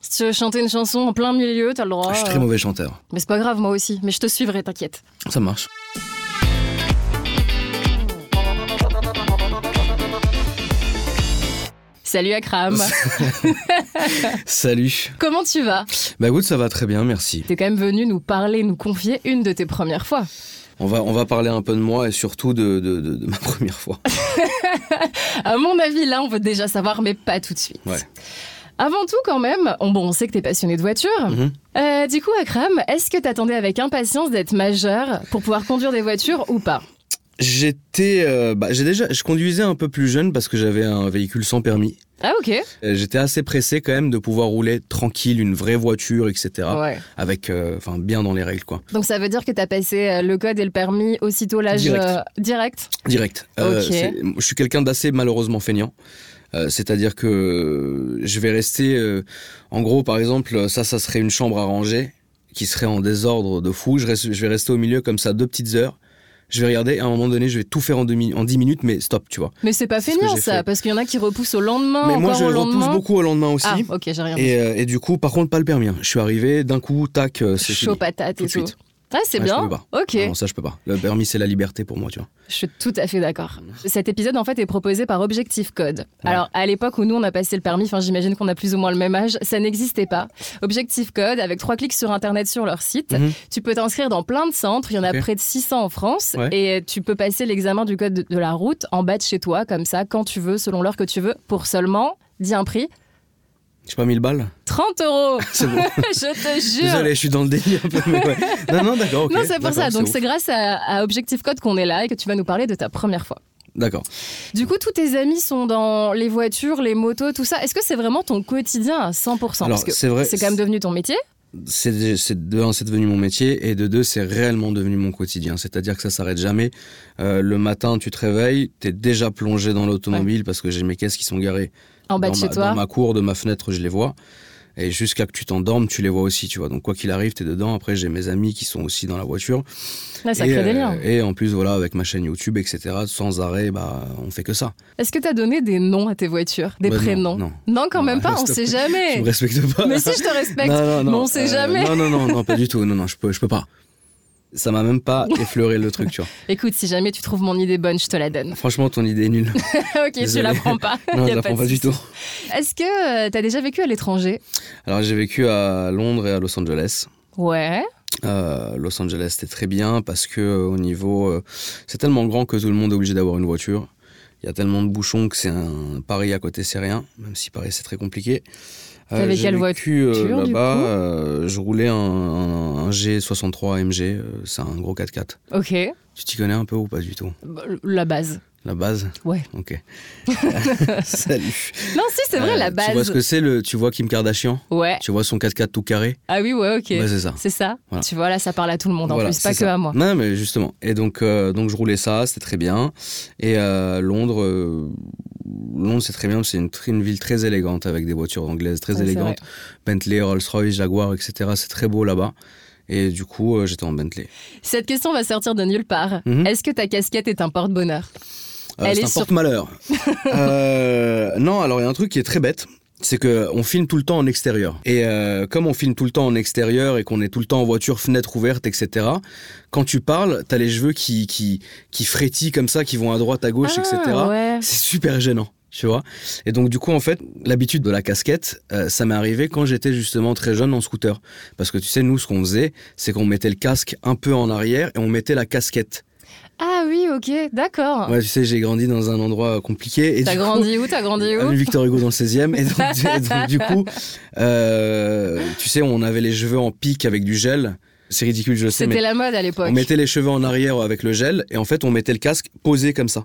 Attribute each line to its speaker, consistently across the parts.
Speaker 1: Si tu veux chanter une chanson en plein milieu, t'as le droit.
Speaker 2: Je suis
Speaker 1: euh,
Speaker 2: très mauvais chanteur.
Speaker 1: Mais c'est pas grave, moi aussi. Mais je te suivrai, t'inquiète.
Speaker 2: Oh. Ça marche.
Speaker 1: Salut Akram.
Speaker 2: Salut.
Speaker 1: Comment tu vas
Speaker 2: Bah écoute, ça va très bien, merci.
Speaker 1: T'es quand même venu nous parler, nous confier une de tes premières fois.
Speaker 2: On va, on va parler un peu de moi et surtout de, de, de- de ma première fois.
Speaker 1: À mon avis, là, on veut déjà savoir, mais pas tout de suite.
Speaker 2: Ouais.
Speaker 1: Avant tout, quand même, on, bon, on sait que t'es passionné de voiture.
Speaker 2: Mhm.
Speaker 1: Euh, du coup, Akram, est-ce que t'attendais avec impatience d'être majeur pour pouvoir conduire des voitures ou pas
Speaker 2: J'étais, euh, bah, j'ai déjà, je conduisais un peu plus jeune parce que j'avais un véhicule sans permis.
Speaker 1: Ah ok.
Speaker 2: Euh, J'étais assez pressé quand même de pouvoir rouler tranquille, une vraie voiture, etc.
Speaker 1: Ouais.
Speaker 2: Avec, euh, enfin, bien dans les règles, quoi.
Speaker 1: Donc ça veut dire que t'as passé euh, le code et le permis aussitôt l'âge
Speaker 2: Direct.
Speaker 1: euh, direct
Speaker 2: Direct. Euh,
Speaker 1: Ok.
Speaker 2: c'est- je suis quelqu'un d'assez malheureusement feignant. Euh, C'est-à-dire que euh, je vais rester, euh, en gros, par exemple, ça, ça serait une chambre à ranger qui serait en désordre de fou. Je, reste- je vais rester au milieu comme ça deux petites heures. Je vais regarder. À un moment donné, je vais tout faire en, deux mi- en 10 minutes, mais stop, tu vois.
Speaker 1: Mais c'est pas
Speaker 2: C'est ce que
Speaker 1: feignant
Speaker 2: j'ai
Speaker 1: ça,
Speaker 2: fait.
Speaker 1: parce qu'il y en a qui repoussent au lendemain,
Speaker 2: mais
Speaker 1: Oh, encore
Speaker 2: moi, je
Speaker 1: au
Speaker 2: repousse
Speaker 1: lendemain.
Speaker 2: beaucoup au lendemain aussi.
Speaker 1: Ah ok, j'ai rien. dit.
Speaker 2: et, euh, et du coup, par contre, pas le permis. hein. Je suis arrivé d'un coup, tac, euh, c'est
Speaker 1: Chaud
Speaker 2: fini.
Speaker 1: patate
Speaker 2: Tout
Speaker 1: et
Speaker 2: de
Speaker 1: tout.
Speaker 2: suite.
Speaker 1: Ah c'est
Speaker 2: Ouais, je
Speaker 1: bien.
Speaker 2: peux pas.
Speaker 1: ok.
Speaker 2: Non, ça, je peux pas. Le permis, c'est la liberté pour moi, tu vois.
Speaker 1: Je suis tout à fait d'accord. Cet épisode, en fait, est proposé par Objectif Code.
Speaker 2: Ouais.
Speaker 1: Alors, à l'époque où nous, on a passé le permis, enfin, j'imagine qu'on a plus ou moins le même âge, ça n'existait pas. Objectif Code, avec trois clics sur Internet sur leur site,
Speaker 2: Mhm.
Speaker 1: tu peux t'inscrire dans plein de centres. Il y en a
Speaker 2: Ok.
Speaker 1: près de 600 en France.
Speaker 2: Ouais.
Speaker 1: Et tu peux passer l'examen du code de- de la route en bas de chez toi, comme ça, quand tu veux, selon l'heure que tu veux, pour seulement, dis un prix,
Speaker 2: J'ai pas mis le balles.
Speaker 1: 30 euros.
Speaker 2: C'est bon.
Speaker 1: Je te jure.
Speaker 2: Désolé, je suis dans le délire un peu, mais ouais. Non, non, d'accord. ok.
Speaker 1: Non, c'est pour
Speaker 2: D'accord,
Speaker 1: ça. Donc,
Speaker 2: ouf.
Speaker 1: c'est grâce à, à Objectif Code qu'on est là et que tu vas nous parler de ta première fois.
Speaker 2: D'accord.
Speaker 1: Du coup, tous tes amis sont dans les voitures, les motos, tout ça. Est-ce que c'est vraiment ton quotidien à 100%
Speaker 2: Alors,
Speaker 1: Parce que
Speaker 2: c'est vrai,
Speaker 1: c'est quand même devenu ton métier.
Speaker 2: c'est c'est- de un, c'est devenu mon métier, et de deux, c'est réellement devenu mon quotidien. C'est-à-dire que ça s'arrête jamais. Euh, le matin, tu te réveilles, t'es déjà plongé dans l'automobile parce que j'ai mes caisses qui sont garées
Speaker 1: En bas
Speaker 2: dans,
Speaker 1: de chez
Speaker 2: ma,
Speaker 1: toi.
Speaker 2: dans ma cour, de ma fenêtre, je les vois. Et jusqu'à que tu t'endormes, tu les vois aussi, tu vois. Donc, quoi qu'il arrive, t'es dedans. Après, j'ai mes amis qui sont aussi dans la voiture.
Speaker 1: Là, ça
Speaker 2: et,
Speaker 1: crée des
Speaker 2: euh,
Speaker 1: liens.
Speaker 2: et en plus, voilà, avec ma chaîne YouTube, etc., sans arrêt, bah, on fait que ça.
Speaker 1: Est-ce que tu as donné des noms à tes voitures Des
Speaker 2: Bah, non,
Speaker 1: prénoms
Speaker 2: Non,
Speaker 1: quand même
Speaker 2: Non,
Speaker 1: pas, on
Speaker 2: s'il te
Speaker 1: sait
Speaker 2: plaît. tu
Speaker 1: jamais.
Speaker 2: me respectes pas.
Speaker 1: Mais si, je te respecte.
Speaker 2: Non, non, non. euh,
Speaker 1: Mais on sait jamais.
Speaker 2: Non, non, non, non, pas du tout. Non, non, je peux, je peux pas. Ça m'a même pas effleuré le truc, tu vois.
Speaker 1: Écoute, si jamais tu trouves mon idée bonne, je te la donne.
Speaker 2: Franchement, ton idée est nulle.
Speaker 1: ok, tu
Speaker 2: Désolé.
Speaker 1: la prends pas.
Speaker 2: Non,
Speaker 1: Y
Speaker 2: je
Speaker 1: a
Speaker 2: la
Speaker 1: pas
Speaker 2: prends
Speaker 1: de
Speaker 2: pas du
Speaker 1: souci.
Speaker 2: tout.
Speaker 1: Est-ce que tu as déjà vécu à l'étranger
Speaker 2: Alors, j'ai vécu à Londres et à Los Angeles.
Speaker 1: Ouais.
Speaker 2: Euh, Los Angeles, c'était très bien parce que euh, au niveau, euh, c'est tellement grand que tout le monde est obligé d'avoir une voiture. Il y a tellement de bouchons que c'est un Paris à côté, c'est rien. Même si Paris, c'est très compliqué.
Speaker 1: T'avais
Speaker 2: j'ai
Speaker 1: quelle
Speaker 2: vécu, euh,
Speaker 1: voiture, du
Speaker 2: Là-bas,
Speaker 1: coup
Speaker 2: euh, je roulais un, un- un G63 AMG. euh, c'est un gros 4x4.
Speaker 1: Ok.
Speaker 2: Tu t'y connais un peu ou pas du tout
Speaker 1: Bah, La base.
Speaker 2: La base
Speaker 1: Ouais.
Speaker 2: Ok. Salut.
Speaker 1: Non, si, c'est vrai,
Speaker 2: Euh,
Speaker 1: la
Speaker 2: Tu vois ce
Speaker 1: base.
Speaker 2: que c'est le Tu vois Kim Kardashian
Speaker 1: Ouais.
Speaker 2: Tu vois son 4x4 tout carré
Speaker 1: Ah oui, ouais, ok.
Speaker 2: Ouais, c'est ça.
Speaker 1: C'est ça.
Speaker 2: Voilà.
Speaker 1: Tu vois, là, ça parle à tout le monde en
Speaker 2: Voilà,
Speaker 1: plus, pas
Speaker 2: c'est
Speaker 1: que
Speaker 2: ça. Mm.
Speaker 1: à moi.
Speaker 2: Non, mais justement. Et donc, euh, donc je roulais ça, c'était très bien. Et euh, Londres, euh, Londres c'est très bien, c'est une, tr- une ville très élégante avec des voitures anglaises très
Speaker 1: Ouais, c'est
Speaker 2: élégantes. Bentley, Rolls-Royce, Jaguar, etc. C'est très beau là-bas. Et du coup, euh, j'étais en Bentley.
Speaker 1: Cette question va sortir de nulle part.
Speaker 2: Mhm.
Speaker 1: Est-ce que ta casquette est un porte-bonheur
Speaker 2: Euh,
Speaker 1: Elle
Speaker 2: c'est
Speaker 1: est
Speaker 2: un
Speaker 1: sur-
Speaker 2: porte-malheur. Euh, non, alors il y a un truc qui est très bête. C'est que on filme tout le temps en extérieur. Et euh, comme on filme tout le temps en extérieur et qu'on est tout le temps en voiture, fenêtre ouverte, etc. Quand tu parles, t'as les cheveux qui qui qui frétillent comme ça, qui vont à droite, à gauche,
Speaker 1: Ah,
Speaker 2: etc.
Speaker 1: Ouais.
Speaker 2: C'est super gênant, tu vois. Et donc du coup, en fait, l'habitude de la casquette, euh, ça m'est arrivé quand j'étais justement très jeune en scooter. Parce que tu sais, nous, ce qu'on faisait, c'est qu'on mettait le casque un peu en arrière et on mettait la casquette.
Speaker 1: Ah oui, ok, d'accord.
Speaker 2: Ouais, tu sais, j'ai grandi dans un endroit compliqué. Et
Speaker 1: Ah. T'as
Speaker 2: du coup,
Speaker 1: grandi où T'as grandi
Speaker 2: Avenue
Speaker 1: où
Speaker 2: Victor Hugo dans le 16e. Et donc, et donc, du coup, euh, tu sais, on avait les cheveux en pique avec du gel. C'est ridicule, je le sais,
Speaker 1: C'était
Speaker 2: mais
Speaker 1: la mode à
Speaker 2: on
Speaker 1: l'époque.
Speaker 2: mettait les cheveux en arrière avec le gel et en fait, on mettait le casque posé comme ça.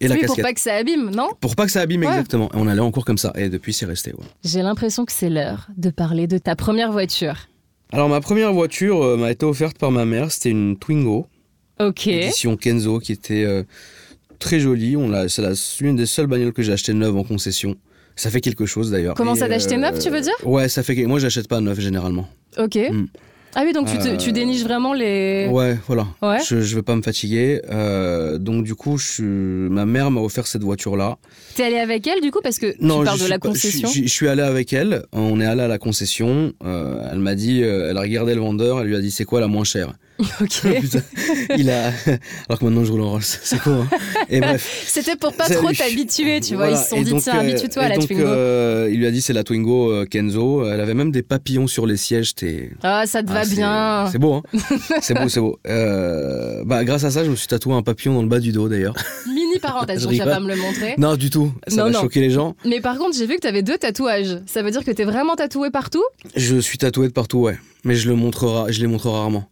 Speaker 2: Et la
Speaker 1: oui, pour
Speaker 2: casquette.
Speaker 1: pas que ça abîme, non
Speaker 2: Pour pas que ça abîme
Speaker 1: Ouais.
Speaker 2: exactement. Et on allait en cours comme ça. Et depuis, c'est resté. ouais.
Speaker 1: J'ai l'impression que c'est l'heure de parler de ta première voiture.
Speaker 2: Alors, ma première voiture euh, m'a été offerte par ma mère. C'était une Twingo,
Speaker 1: Ok.
Speaker 2: édition Kenzo, qui était euh, très jolie. On l'a, c'est la- l'une des seules bagnoles que j'ai achetée neuve en concession. Ça fait quelque chose d'ailleurs. euh,
Speaker 1: Comment
Speaker 2: Et,
Speaker 1: ça, d'acheter neuve, tu veux dire
Speaker 2: Ouais, ça fait. que- Moi, j'achète pas neuf généralement.
Speaker 1: Ok.
Speaker 2: Mm.
Speaker 1: Ah oui, donc tu, te-
Speaker 2: Euh,
Speaker 1: tu déniches vraiment les.
Speaker 2: Ouais, voilà.
Speaker 1: Ouais.
Speaker 2: Je, je vais pas me fatiguer. Euh, donc du coup, je suis- ma mère m'a offert cette voiture-là.
Speaker 1: T'es allé avec elle du coup parce que tu
Speaker 2: Non,
Speaker 1: parles
Speaker 2: je
Speaker 1: de
Speaker 2: suis
Speaker 1: la
Speaker 2: pas- je suis-
Speaker 1: concession.
Speaker 2: Je, je suis allé avec elle. On est allé à la concession. Euh, elle m'a dit, euh, elle a regardé le vendeur. Elle lui a dit, c'est quoi la moins chère
Speaker 1: Ok.
Speaker 2: Putain, Il a. Alors que maintenant je roule en Rolls. C'est quoi hein Et bref.
Speaker 1: C'était pour pas
Speaker 2: Salut.
Speaker 1: trop t'habituer, tu vois.
Speaker 2: Voilà.
Speaker 1: Ils se sont
Speaker 2: Et
Speaker 1: dit
Speaker 2: donc,
Speaker 1: tiens,
Speaker 2: euh,
Speaker 1: habitue-toi
Speaker 2: et
Speaker 1: à la
Speaker 2: donc,
Speaker 1: Twingo.
Speaker 2: euh, il lui a dit, c'est la Twingo euh, Kenzo. Elle avait même des papillons sur les sièges. C'était.
Speaker 1: Ah, ça te
Speaker 2: Ah,
Speaker 1: va
Speaker 2: c'est-
Speaker 1: bien.
Speaker 2: C'est beau, hein C'est beau, c'est beau. Euh, bah, grâce à ça, je me suis tatoué un papillon dans le bas du dos, d'ailleurs.
Speaker 1: Mini parenthèse,
Speaker 2: Je
Speaker 1: tu vas
Speaker 2: rigole.
Speaker 1: pas me le montrer.
Speaker 2: Non, du tout. Ça
Speaker 1: Non,
Speaker 2: va
Speaker 1: non.
Speaker 2: choquer les gens.
Speaker 1: Mais par contre, j'ai vu que t'avais deux tatouages. Ça veut dire que t'es vraiment tatoué partout
Speaker 2: Je suis tatoué de partout, ouais. Mais je le montre, ra- je les montre rarement.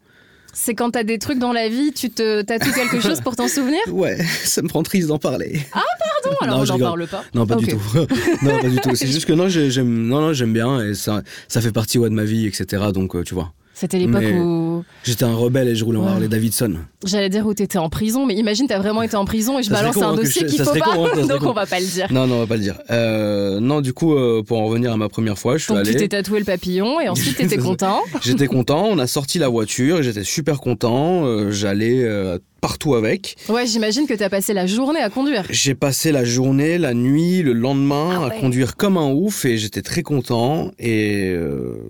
Speaker 1: C'est quand t'as des trucs dans la vie, tu te tatoues quelque chose pour t'en souvenir
Speaker 2: Ouais, ça me prend triste d'en parler.
Speaker 1: Non, Ah, alors
Speaker 2: Non,
Speaker 1: on
Speaker 2: je
Speaker 1: n'en parle
Speaker 2: rigole.
Speaker 1: pas.
Speaker 2: Non, pas
Speaker 1: Ok.
Speaker 2: du tout. non, pas du tout. C'est juste que non, j'ai- j'aime, non, non, j'aime bien et ça, ça fait partie ouais, de ma vie, etc. Donc, euh, tu vois.
Speaker 1: C'était l'époque
Speaker 2: Mais-
Speaker 1: où.
Speaker 2: J'étais un rebelle et je roulais en
Speaker 1: Ouais.
Speaker 2: Harley Davidson.
Speaker 1: J'allais dire où t'étais en prison, mais imagine t'as vraiment été en prison et je
Speaker 2: Ça serait
Speaker 1: balance
Speaker 2: con,
Speaker 1: un
Speaker 2: hein, que
Speaker 1: dossier
Speaker 2: je-
Speaker 1: qu'il
Speaker 2: ça
Speaker 1: faut
Speaker 2: serait
Speaker 1: pas.
Speaker 2: con, hein, ça serait
Speaker 1: donc
Speaker 2: con.
Speaker 1: on va pas le dire.
Speaker 2: Non, non, on va pas le dire. Euh, non, du coup, euh, pour en revenir à ma première fois, je suis
Speaker 1: Donc tu t'es
Speaker 2: allé.
Speaker 1: tatoué le papillon et ensuite
Speaker 2: C'est
Speaker 1: t'étais
Speaker 2: ça.
Speaker 1: content.
Speaker 2: J'étais content. On a sorti la voiture. et J'étais super content. euh, J'allais euh, partout avec.
Speaker 1: Ouais, j'imagine que t'as passé la journée à conduire.
Speaker 2: J'ai passé la journée, la nuit, le lendemain
Speaker 1: Ah
Speaker 2: à
Speaker 1: ouais.
Speaker 2: conduire comme un ouf et j'étais très content. Et euh,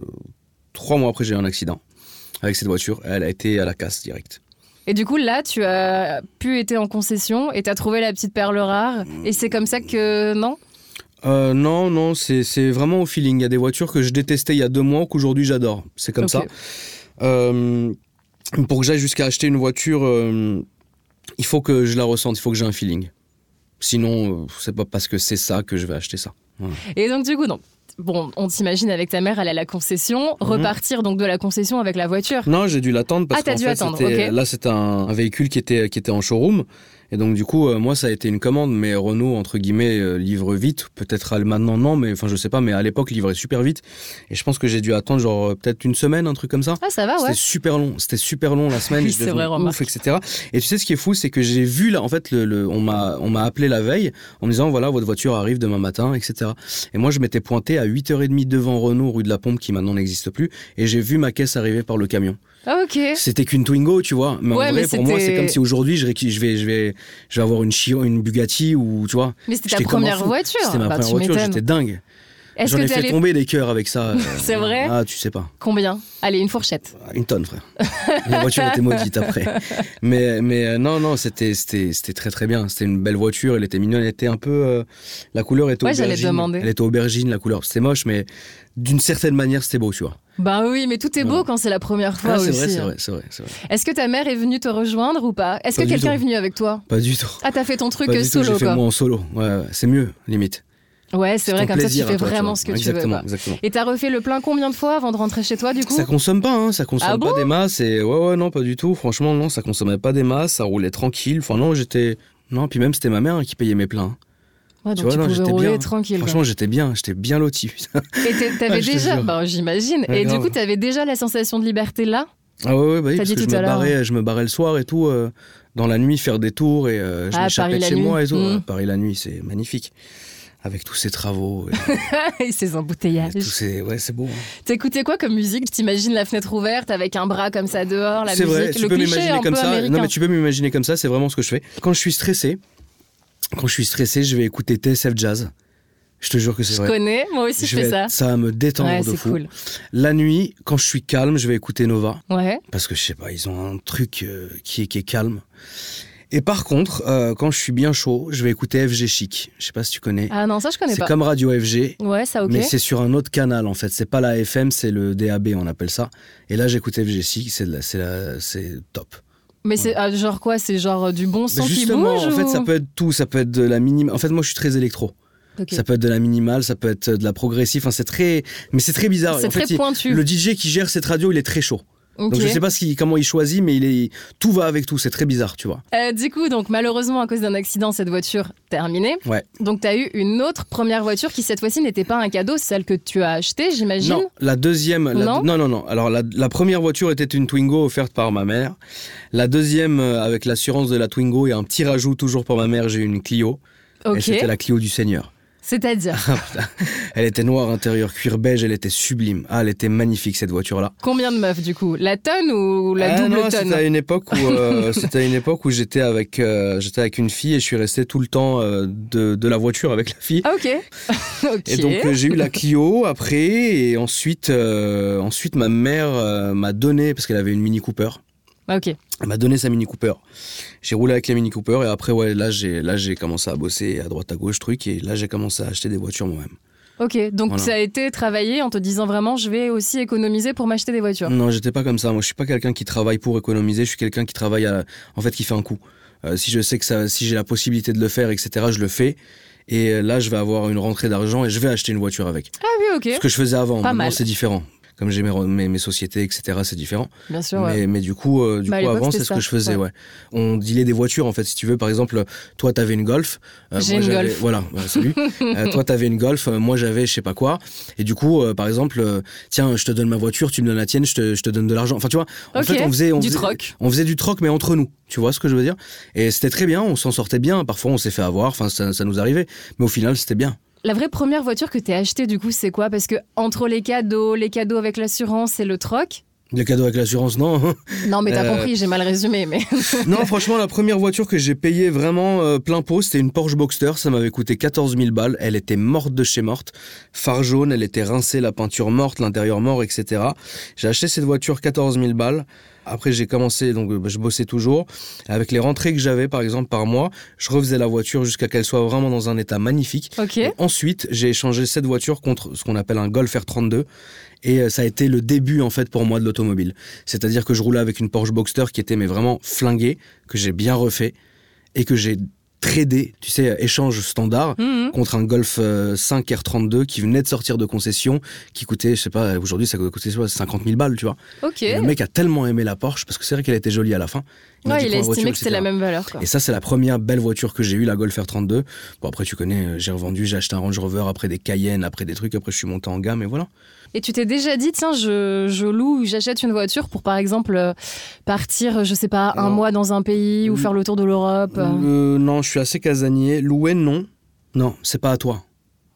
Speaker 2: trois mois après, j'ai eu un accident avec cette voiture. Elle a été à la casse direct.
Speaker 1: Et du coup, là, tu as pu être en concession et t'as trouvé la petite perle rare. Et c'est comme ça que. Non
Speaker 2: Euh, non, non, c'est c'est vraiment au feeling. Il y a des voitures que je détestais il y a deux mois qu'aujourd'hui j'adore. C'est comme
Speaker 1: Ok.
Speaker 2: ça. Euh, pour que j'aille jusqu'à acheter une voiture, euh, il faut que je la ressente, il faut que j'ai un feeling. Sinon, euh, c'est pas parce que c'est ça que je vais acheter ça.
Speaker 1: Et donc, du coup, non. Bon, on t'imagine avec ta mère aller à la concession,
Speaker 2: Mhm.
Speaker 1: repartir donc de la concession avec la voiture.
Speaker 2: Non, j'ai dû l'attendre parce
Speaker 1: Ah, t'as
Speaker 2: qu'en
Speaker 1: dû
Speaker 2: fait,
Speaker 1: attendre,
Speaker 2: c'était-
Speaker 1: ok.
Speaker 2: là, c'était un, un véhicule qui était, qui était en showroom. Et donc, du coup, euh, moi, ça a été une commande, mais Renault, entre guillemets, euh, livre vite. Peut-être à- maintenant, non, mais enfin, je sais pas, mais à l'époque, livrait super vite. Et je pense que j'ai dû attendre, genre, euh, peut-être une semaine, un truc comme ça.
Speaker 1: Ah, ça va, ouais.
Speaker 2: C'était super long, c'était super long la semaine,
Speaker 1: Oui,
Speaker 2: je
Speaker 1: c'est
Speaker 2: devenais
Speaker 1: vrai, remarque.
Speaker 2: ouf, etc. Et tu sais ce qui est fou, c'est que j'ai vu là, en fait, le, le- on m'a on m'a appelé la veille en me disant voilà votre voiture arrive demain matin, etc. Et moi je m'étais pointé à 8h30 devant Renault rue de la Pompe qui maintenant n'existe plus et j'ai vu ma caisse arriver par le camion.
Speaker 1: Ah, ok.
Speaker 2: C'était qu'une Twingo, tu vois, mais
Speaker 1: Ouais,
Speaker 2: en
Speaker 1: mais
Speaker 2: vrai pour moi
Speaker 1: c'était-
Speaker 2: c'est comme si aujourd'hui je, ré- je vais je vais je vais avoir une Chiron, une Bugatti ou tu vois.
Speaker 1: Mais c'était ta
Speaker 2: J'étais comme un
Speaker 1: première
Speaker 2: fou.
Speaker 1: voiture.
Speaker 2: C'était ma
Speaker 1: Bah,
Speaker 2: première
Speaker 1: tu
Speaker 2: voiture,
Speaker 1: m'étonnes.
Speaker 2: j'étais dingue.
Speaker 1: Est-ce
Speaker 2: J'en
Speaker 1: que
Speaker 2: ai
Speaker 1: t'es
Speaker 2: fait
Speaker 1: allé
Speaker 2: tomber des cœurs avec ça. euh,
Speaker 1: C'est vrai
Speaker 2: Ah, tu sais pas.
Speaker 1: combien Allez, une fourchette.
Speaker 2: Une tonne, frère. La voiture était maudite après. Mais, mais euh, non, non, c'était, c'était, c'était très très bien. C'était une belle voiture, elle était mignonne, elle était un peu. euh, la couleur était
Speaker 1: Ouais, j'allais
Speaker 2: aubergine.
Speaker 1: demander.
Speaker 2: Elle était aubergine, la couleur. C'était moche, mais d'une certaine manière, c'était beau, tu vois.
Speaker 1: Bah oui, mais tout est beau
Speaker 2: Ouais.
Speaker 1: quand c'est la première fois
Speaker 2: Ah, c'est
Speaker 1: aussi. hein.
Speaker 2: vrai, c'est vrai, c'est vrai, c'est vrai.
Speaker 1: Est-ce que ta mère est venue te rejoindre ou pas Est-ce
Speaker 2: Pas
Speaker 1: que
Speaker 2: du
Speaker 1: quelqu'un
Speaker 2: tout.
Speaker 1: est venu avec toi
Speaker 2: Pas du tout.
Speaker 1: Ah, t'as fait ton truc
Speaker 2: Pas du tout,
Speaker 1: solo,
Speaker 2: j'ai fait
Speaker 1: quoi.
Speaker 2: moi en solo. Ouais, ouais, c'est mieux, limite.
Speaker 1: Ouais, c'est vrai,
Speaker 2: ton
Speaker 1: comme ça, tu
Speaker 2: plaisir à
Speaker 1: fais
Speaker 2: toi, tu
Speaker 1: vraiment
Speaker 2: vois.
Speaker 1: ce que tu veux.
Speaker 2: Exactement,
Speaker 1: quoi.
Speaker 2: exactement.
Speaker 1: Et t'as refait le plein combien de fois avant de rentrer chez toi, du coup
Speaker 2: Ça consomme pas, hein, ça consomme
Speaker 1: Ah
Speaker 2: pas
Speaker 1: bon
Speaker 2: des masses. Et ouais, ouais, non, pas du tout. Franchement, non, ça consommait pas des masses, ça roulait tranquille. Enfin, non, j'étais. Non, puis même, c'était ma mère hein, qui payait mes pleins. hein.
Speaker 1: Ouais,
Speaker 2: tu
Speaker 1: donc tu,
Speaker 2: vois, non,
Speaker 1: pouvais
Speaker 2: j'étais
Speaker 1: rouler
Speaker 2: bien.
Speaker 1: tranquille. quoi.
Speaker 2: Franchement, j'étais bien, j'étais bien loti. putain.
Speaker 1: Et t'es- t'avais
Speaker 2: je te
Speaker 1: déjà,
Speaker 2: jure.
Speaker 1: bah, j'imagine. et
Speaker 2: Ouais,
Speaker 1: du
Speaker 2: grave.
Speaker 1: coup, t'avais déjà la sensation de liberté là
Speaker 2: Ah ouais, ouais, bah oui,
Speaker 1: T'as
Speaker 2: parce
Speaker 1: dit
Speaker 2: que je
Speaker 1: tout à
Speaker 2: me,
Speaker 1: l'heure, hein.
Speaker 2: barrais, je me barrais le soir et tout, euh, dans la nuit, faire des tours et euh, je
Speaker 1: Ah,
Speaker 2: m'échappais
Speaker 1: Paris
Speaker 2: de
Speaker 1: la
Speaker 2: chez
Speaker 1: nuit.
Speaker 2: moi et tout.
Speaker 1: Mm.
Speaker 2: Ouais, Paris la nuit, c'est magnifique. Avec tous ces travaux, et,
Speaker 1: Et ces
Speaker 2: et tous
Speaker 1: embouteillages.
Speaker 2: ces... ouais, c'est beau. hein.
Speaker 1: T'écoutais quoi comme musique T'imagines la fenêtre ouverte avec un bras comme ça dehors, la
Speaker 2: C'est
Speaker 1: musique,
Speaker 2: vrai, tu
Speaker 1: le
Speaker 2: peux
Speaker 1: cliché un
Speaker 2: m'imaginer
Speaker 1: peu
Speaker 2: comme ça.
Speaker 1: américain.
Speaker 2: Non, mais tu peux m'imaginer comme ça, c'est vraiment ce que je fais. Quand je suis stressé, quand je suis stressé, je vais écouter TSF Jazz. Je te jure que c'est
Speaker 1: Je
Speaker 2: vrai.
Speaker 1: connais, moi aussi je,
Speaker 2: vais
Speaker 1: fais ça.
Speaker 2: être- va me détendre
Speaker 1: Ouais,
Speaker 2: de
Speaker 1: c'est
Speaker 2: fou.
Speaker 1: cool.
Speaker 2: La nuit, quand je suis calme, je vais écouter Nova.
Speaker 1: Ouais.
Speaker 2: parce que je sais pas, ils ont un truc euh, qui, est, qui est calme. Et par contre, euh, quand je suis bien chaud, je vais écouter FG Chic. Je sais pas si tu connais.
Speaker 1: Ah non, ça je connais
Speaker 2: c'est
Speaker 1: pas.
Speaker 2: comme Radio FG,
Speaker 1: Ouais, ça ok.
Speaker 2: mais c'est sur un autre canal en fait. C'est pas la FM, c'est le DAB, on appelle ça. Et là, j'écoute FG Chic, c'est de la- c'est la- c'est top.
Speaker 1: Mais c'est ah, genre quoi C'est genre euh, du bon
Speaker 2: Mais
Speaker 1: son qui bouge
Speaker 2: justement, en fait,
Speaker 1: ou-
Speaker 2: ça peut être tout. Ça peut être de la minimale. En fait, moi, je suis très électro.
Speaker 1: Ok.
Speaker 2: Ça peut être de la minimale, ça peut être de la progressive. Enfin, c'est très, mais c'est très bizarre.
Speaker 1: C'est
Speaker 2: En fait,
Speaker 1: très
Speaker 2: il-
Speaker 1: pointu.
Speaker 2: le DJ qui gère cette radio, il est très chaud.
Speaker 1: Ok.
Speaker 2: Donc je sais pas ce qu'il- comment il choisit, mais il est tout va avec tout. C'est très bizarre, tu vois.
Speaker 1: Euh, du coup, donc malheureusement à cause d'un accident, cette voiture terminée.
Speaker 2: Ouais.
Speaker 1: Donc t'as eu une autre première voiture qui cette fois-ci n'était pas un cadeau, c'est celle que tu as achetée, j'imagine.
Speaker 2: Non, la deuxième. la-
Speaker 1: Non
Speaker 2: non, non, non. Alors, la, la première voiture était une Twingo offerte par ma mère. La deuxième, euh, avec l'assurance de la Twingo et un petit rajout toujours par ma mère, j'ai eu une Clio. Et
Speaker 1: Ok.
Speaker 2: c'était la Clio du Seigneur.
Speaker 1: C'est-à-dire
Speaker 2: Elle était noire intérieure, cuir beige, elle était sublime. Ah, elle était magnifique cette voiture-là.
Speaker 1: Combien de meufs du coup La tonne ou la
Speaker 2: Ah
Speaker 1: double
Speaker 2: non,
Speaker 1: tonne
Speaker 2: C'était à une époque où euh, c'était à une époque où j'étais avec euh, j'étais avec une fille et je suis resté tout le temps euh, de, de la voiture avec la fille.
Speaker 1: Ah, ok. ok.
Speaker 2: Et donc euh, j'ai eu la Clio après et ensuite euh, ensuite ma mère euh, m'a donné parce qu'elle avait une Mini Cooper.
Speaker 1: Bah, Ok.
Speaker 2: Elle m'a donné sa Mini Cooper. J'ai roulé avec la Mini Cooper et après ouais là j'ai là j'ai commencé à bosser à droite à gauche truc et là j'ai commencé à acheter des voitures moi-même.
Speaker 1: Ok. Donc
Speaker 2: Voilà.
Speaker 1: ça a été travaillé en te disant vraiment, je vais aussi économiser pour m'acheter des voitures.
Speaker 2: Non, j'étais pas comme ça. Moi, je suis pas quelqu'un qui travaille pour économiser. Je suis quelqu'un qui travaille, à- en fait, qui fait un coup. Euh, si je sais que ça, si j'ai la possibilité de le faire, etc., je le fais. Et euh, là, je vais avoir une rentrée d'argent et je vais acheter une voiture avec.
Speaker 1: Ah oui, ok.
Speaker 2: Ce que je faisais avant,
Speaker 1: Pas
Speaker 2: maintenant,
Speaker 1: mal.
Speaker 2: c'est différent. Comme j'ai mes, re- mes, mes sociétés, etc., c'est différent.
Speaker 1: Bien sûr. ouais.
Speaker 2: Mais, mais du coup, euh, du
Speaker 1: Bah, à
Speaker 2: coup
Speaker 1: l'époque,
Speaker 2: avant, c'est
Speaker 1: c'était
Speaker 2: ce que
Speaker 1: ça.
Speaker 2: je faisais.
Speaker 1: Ouais.
Speaker 2: Ouais. On dealait des voitures, en fait. Si tu veux, par exemple, toi, t'avais une Golf. euh,
Speaker 1: J'ai
Speaker 2: moi,
Speaker 1: une
Speaker 2: j'avais-
Speaker 1: Golf.
Speaker 2: Voilà, euh, salut. Euh, toi, t'avais une Golf. euh, moi, j'avais je sais pas quoi. Et du coup, euh, par exemple, euh, tiens, je te donne ma voiture, tu me donnes la tienne, je te, je te donne de l'argent. Enfin, tu vois, en
Speaker 1: Ok,
Speaker 2: fait, on faisait, on
Speaker 1: du
Speaker 2: faisait-
Speaker 1: troc.
Speaker 2: On faisait du troc, mais entre nous. Tu vois ce que je veux dire Et c'était très bien. On s'en sortait bien. Parfois, on s'est fait avoir. Enfin, ça, ça nous arrivait. Mais au final, c'était bien.
Speaker 1: La vraie première voiture que t'es achetée du coup, c'est quoi Parce que entre les cadeaux, les cadeaux avec l'assurance et le troc.
Speaker 2: Les cadeaux avec l'assurance, non
Speaker 1: Non, mais t'as
Speaker 2: Euh,
Speaker 1: compris, j'ai mal résumé, mais
Speaker 2: Non, franchement, la première voiture que j'ai payée vraiment euh, plein pot, c'était une Porsche Boxster. Ça m'avait coûté 14 000 balles. Elle était morte de chez morte. Phare jaune, elle était rincée, la peinture morte, l'intérieur mort, etc. J'ai acheté cette voiture 14 000 balles. Après, j'ai commencé, donc euh, je bossais toujours. Avec les rentrées que j'avais, par exemple, par mois, je refaisais la voiture jusqu'à qu'elle soit vraiment dans un état magnifique.
Speaker 1: ok.
Speaker 2: Et ensuite, j'ai échangé cette voiture contre ce qu'on appelle un Golf R32. Et euh, ça a été le début, en fait, pour moi de l'automobile. C'est-à-dire que je roulais avec une Porsche Boxster qui était mais vraiment flinguée, que j'ai bien refait et que j'ai tradé, tu sais, euh, échange standard
Speaker 1: Mhm.
Speaker 2: contre un Golf euh, 5 R32 qui venait de sortir de concession, qui coûtait, je sais pas, euh, aujourd'hui ça coûtait je sais pas, 50 000 balles, tu vois.
Speaker 1: Ok.
Speaker 2: Et le mec a tellement aimé la Porsche, parce que c'est vrai qu'elle était jolie à la fin. m'a
Speaker 1: Ouais,
Speaker 2: dit,
Speaker 1: il a
Speaker 2: prends la
Speaker 1: estimé
Speaker 2: voiture,
Speaker 1: que c'était la
Speaker 2: etc..
Speaker 1: même valeur. Quoi.
Speaker 2: Et ça, c'est la première belle voiture que j'ai eue, la Golf R32. Bon, après, tu connais, euh, j'ai revendu, j'ai acheté un Range Rover, après des Cayenne, après des trucs, après je suis monté en gamme, et voilà.
Speaker 1: Et tu t'es déjà dit, tiens, je, je loue, ou j'achète une voiture pour, par exemple, euh, partir, je sais pas, un
Speaker 2: Non.
Speaker 1: mois dans un pays ou
Speaker 2: Mm.
Speaker 1: faire le tour de l'Europe. euh.
Speaker 2: Euh, non, je suis assez casanier. Louer, non. Non, c'est pas à toi.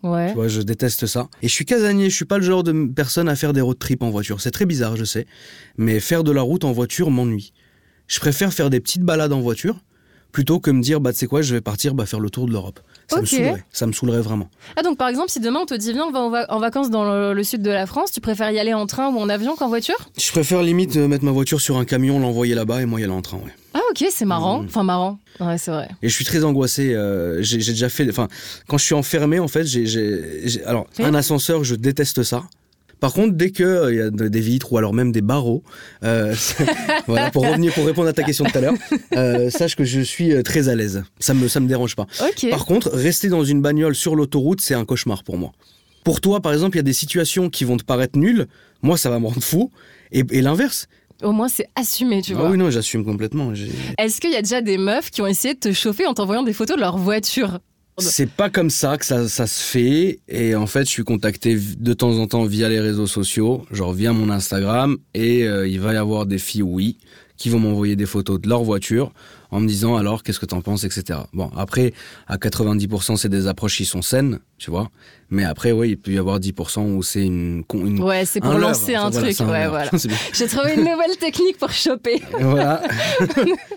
Speaker 1: Ouais.
Speaker 2: Tu vois, je déteste ça. Et je suis casanier, je suis pas le genre de m- personne à faire des road trips en voiture. C'est très bizarre, je sais. Mais faire de la route en voiture m'ennuie. Je préfère faire des petites balades en voiture plutôt que me dire, bah, tu sais quoi, je vais partir bah, faire le tour de l'Europe. Ça me
Speaker 1: Ok.
Speaker 2: saoulerait. Ça me saoulerait vraiment.
Speaker 1: Ah, donc, par exemple, si demain on te dit, viens, on va en, va- en vacances dans le, le sud de la France, tu préfères y aller en train ou en avion qu'en voiture
Speaker 2: Je préfère limite euh, mettre ma voiture sur un camion, l'envoyer là-bas et moi y aller en train, ouais.
Speaker 1: Ah, ok, c'est marrant.
Speaker 2: Mm.
Speaker 1: Enfin, marrant. Ouais, c'est vrai.
Speaker 2: Et je suis très angoissé. euh, j'ai j'ai déjà fait. Enfin, quand je suis enfermé, en fait, j'ai- j'ai. j'ai- Alors,
Speaker 1: Oui.
Speaker 2: un ascenseur, je déteste ça. Par contre, dès que euh, il y a de- des vitres ou alors même des barreaux, euh, voilà, pour revenir, pour répondre à ta question de tout à l'heure, euh, sache que je suis euh, très à l'aise. Ça me, ça me dérange pas.
Speaker 1: Ok.
Speaker 2: Par contre, rester dans une bagnole sur l'autoroute, c'est un cauchemar pour moi. Pour toi, par exemple, il y a des situations qui vont te paraître nulles. Moi, ça va me rendre fou. Et, et l'inverse.
Speaker 1: Au moins, c'est assumé, tu
Speaker 2: Ah
Speaker 1: vois.
Speaker 2: oui, non, j'assume complètement. J'ai-
Speaker 1: Est-ce qu'il y a déjà des meufs qui ont essayé de te chauffer en t'envoyant des photos de leur voiture
Speaker 2: C'est pas comme ça que ça, ça se fait. Et en fait, je suis contacté v- de temps en temps via les réseaux sociaux, genre via mon Instagram. Et euh, il va y avoir des filles, oui, qui vont m'envoyer des photos de leur voiture en me disant alors qu'est-ce que t'en penses, etc. Bon, après, à 90%, c'est des approches qui sont saines, tu vois. Mais après, oui, il peut y avoir 10% où c'est une. con- une
Speaker 1: Ouais, c'est pour
Speaker 2: un leurre.
Speaker 1: lancer un
Speaker 2: Voilà,
Speaker 1: truc.
Speaker 2: c'est un
Speaker 1: ouais,
Speaker 2: leurre.
Speaker 1: voilà.
Speaker 2: C'est bien.
Speaker 1: J'ai trouvé une nouvelle technique pour choper.
Speaker 2: voilà.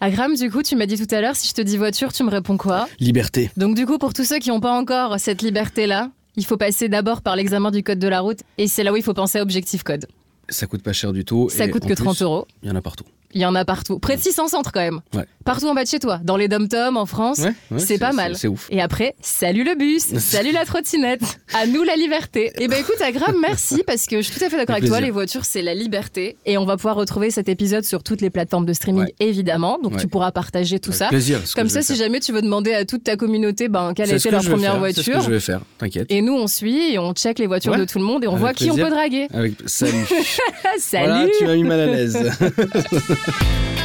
Speaker 1: Agram, du coup, tu m'as dit tout à l'heure, si je te dis voiture, tu me réponds quoi
Speaker 2: Liberté.
Speaker 1: Donc, du coup, pour tous ceux qui n'ont pas encore cette liberté-là, il faut passer d'abord par l'examen du code de la route. Et c'est là où il faut penser à Objectif Code.
Speaker 2: Ça coûte pas cher du tout.
Speaker 1: Ça
Speaker 2: et
Speaker 1: coûte
Speaker 2: en
Speaker 1: que
Speaker 2: plus,
Speaker 1: 30 euros.
Speaker 2: Il y en a partout.
Speaker 1: Il y en a partout. Près de 600 centres quand même.
Speaker 2: Ouais.
Speaker 1: Partout en bas de chez toi. Dans les dom-toms, en France.
Speaker 2: Ouais, ouais,
Speaker 1: c'est pas mal.
Speaker 2: C'est ouf.
Speaker 1: Et après, salut le bus, salut la trottinette, à nous la liberté. Et ben écoute, Agram, merci parce que je suis tout à fait d'accord
Speaker 2: Avec
Speaker 1: avec toi,
Speaker 2: plaisir.
Speaker 1: les voitures, c'est la liberté. Et on va pouvoir retrouver cet épisode sur toutes les plateformes de streaming,
Speaker 2: Ouais.
Speaker 1: évidemment. Donc
Speaker 2: Ouais.
Speaker 1: tu pourras partager tout
Speaker 2: Avec
Speaker 1: ça.
Speaker 2: Plaisir. c'est ce que
Speaker 1: Comme
Speaker 2: je
Speaker 1: ça,
Speaker 2: vais
Speaker 1: si
Speaker 2: faire.
Speaker 1: jamais tu veux demander à toute ta communauté ben, quelle
Speaker 2: C'est
Speaker 1: était
Speaker 2: ce que
Speaker 1: leur
Speaker 2: je vais
Speaker 1: première
Speaker 2: faire, C'est ce
Speaker 1: voiture,
Speaker 2: que je vais faire, t'inquiète.
Speaker 1: et nous on suit et on check les voitures
Speaker 2: Ouais.
Speaker 1: de tout le monde et on
Speaker 2: Avec
Speaker 1: voit qui on
Speaker 2: plaisir.
Speaker 1: peut draguer.
Speaker 2: Avec... Salut.
Speaker 1: Ah, salut
Speaker 2: Voilà, tu m'as mis mal à l'aise.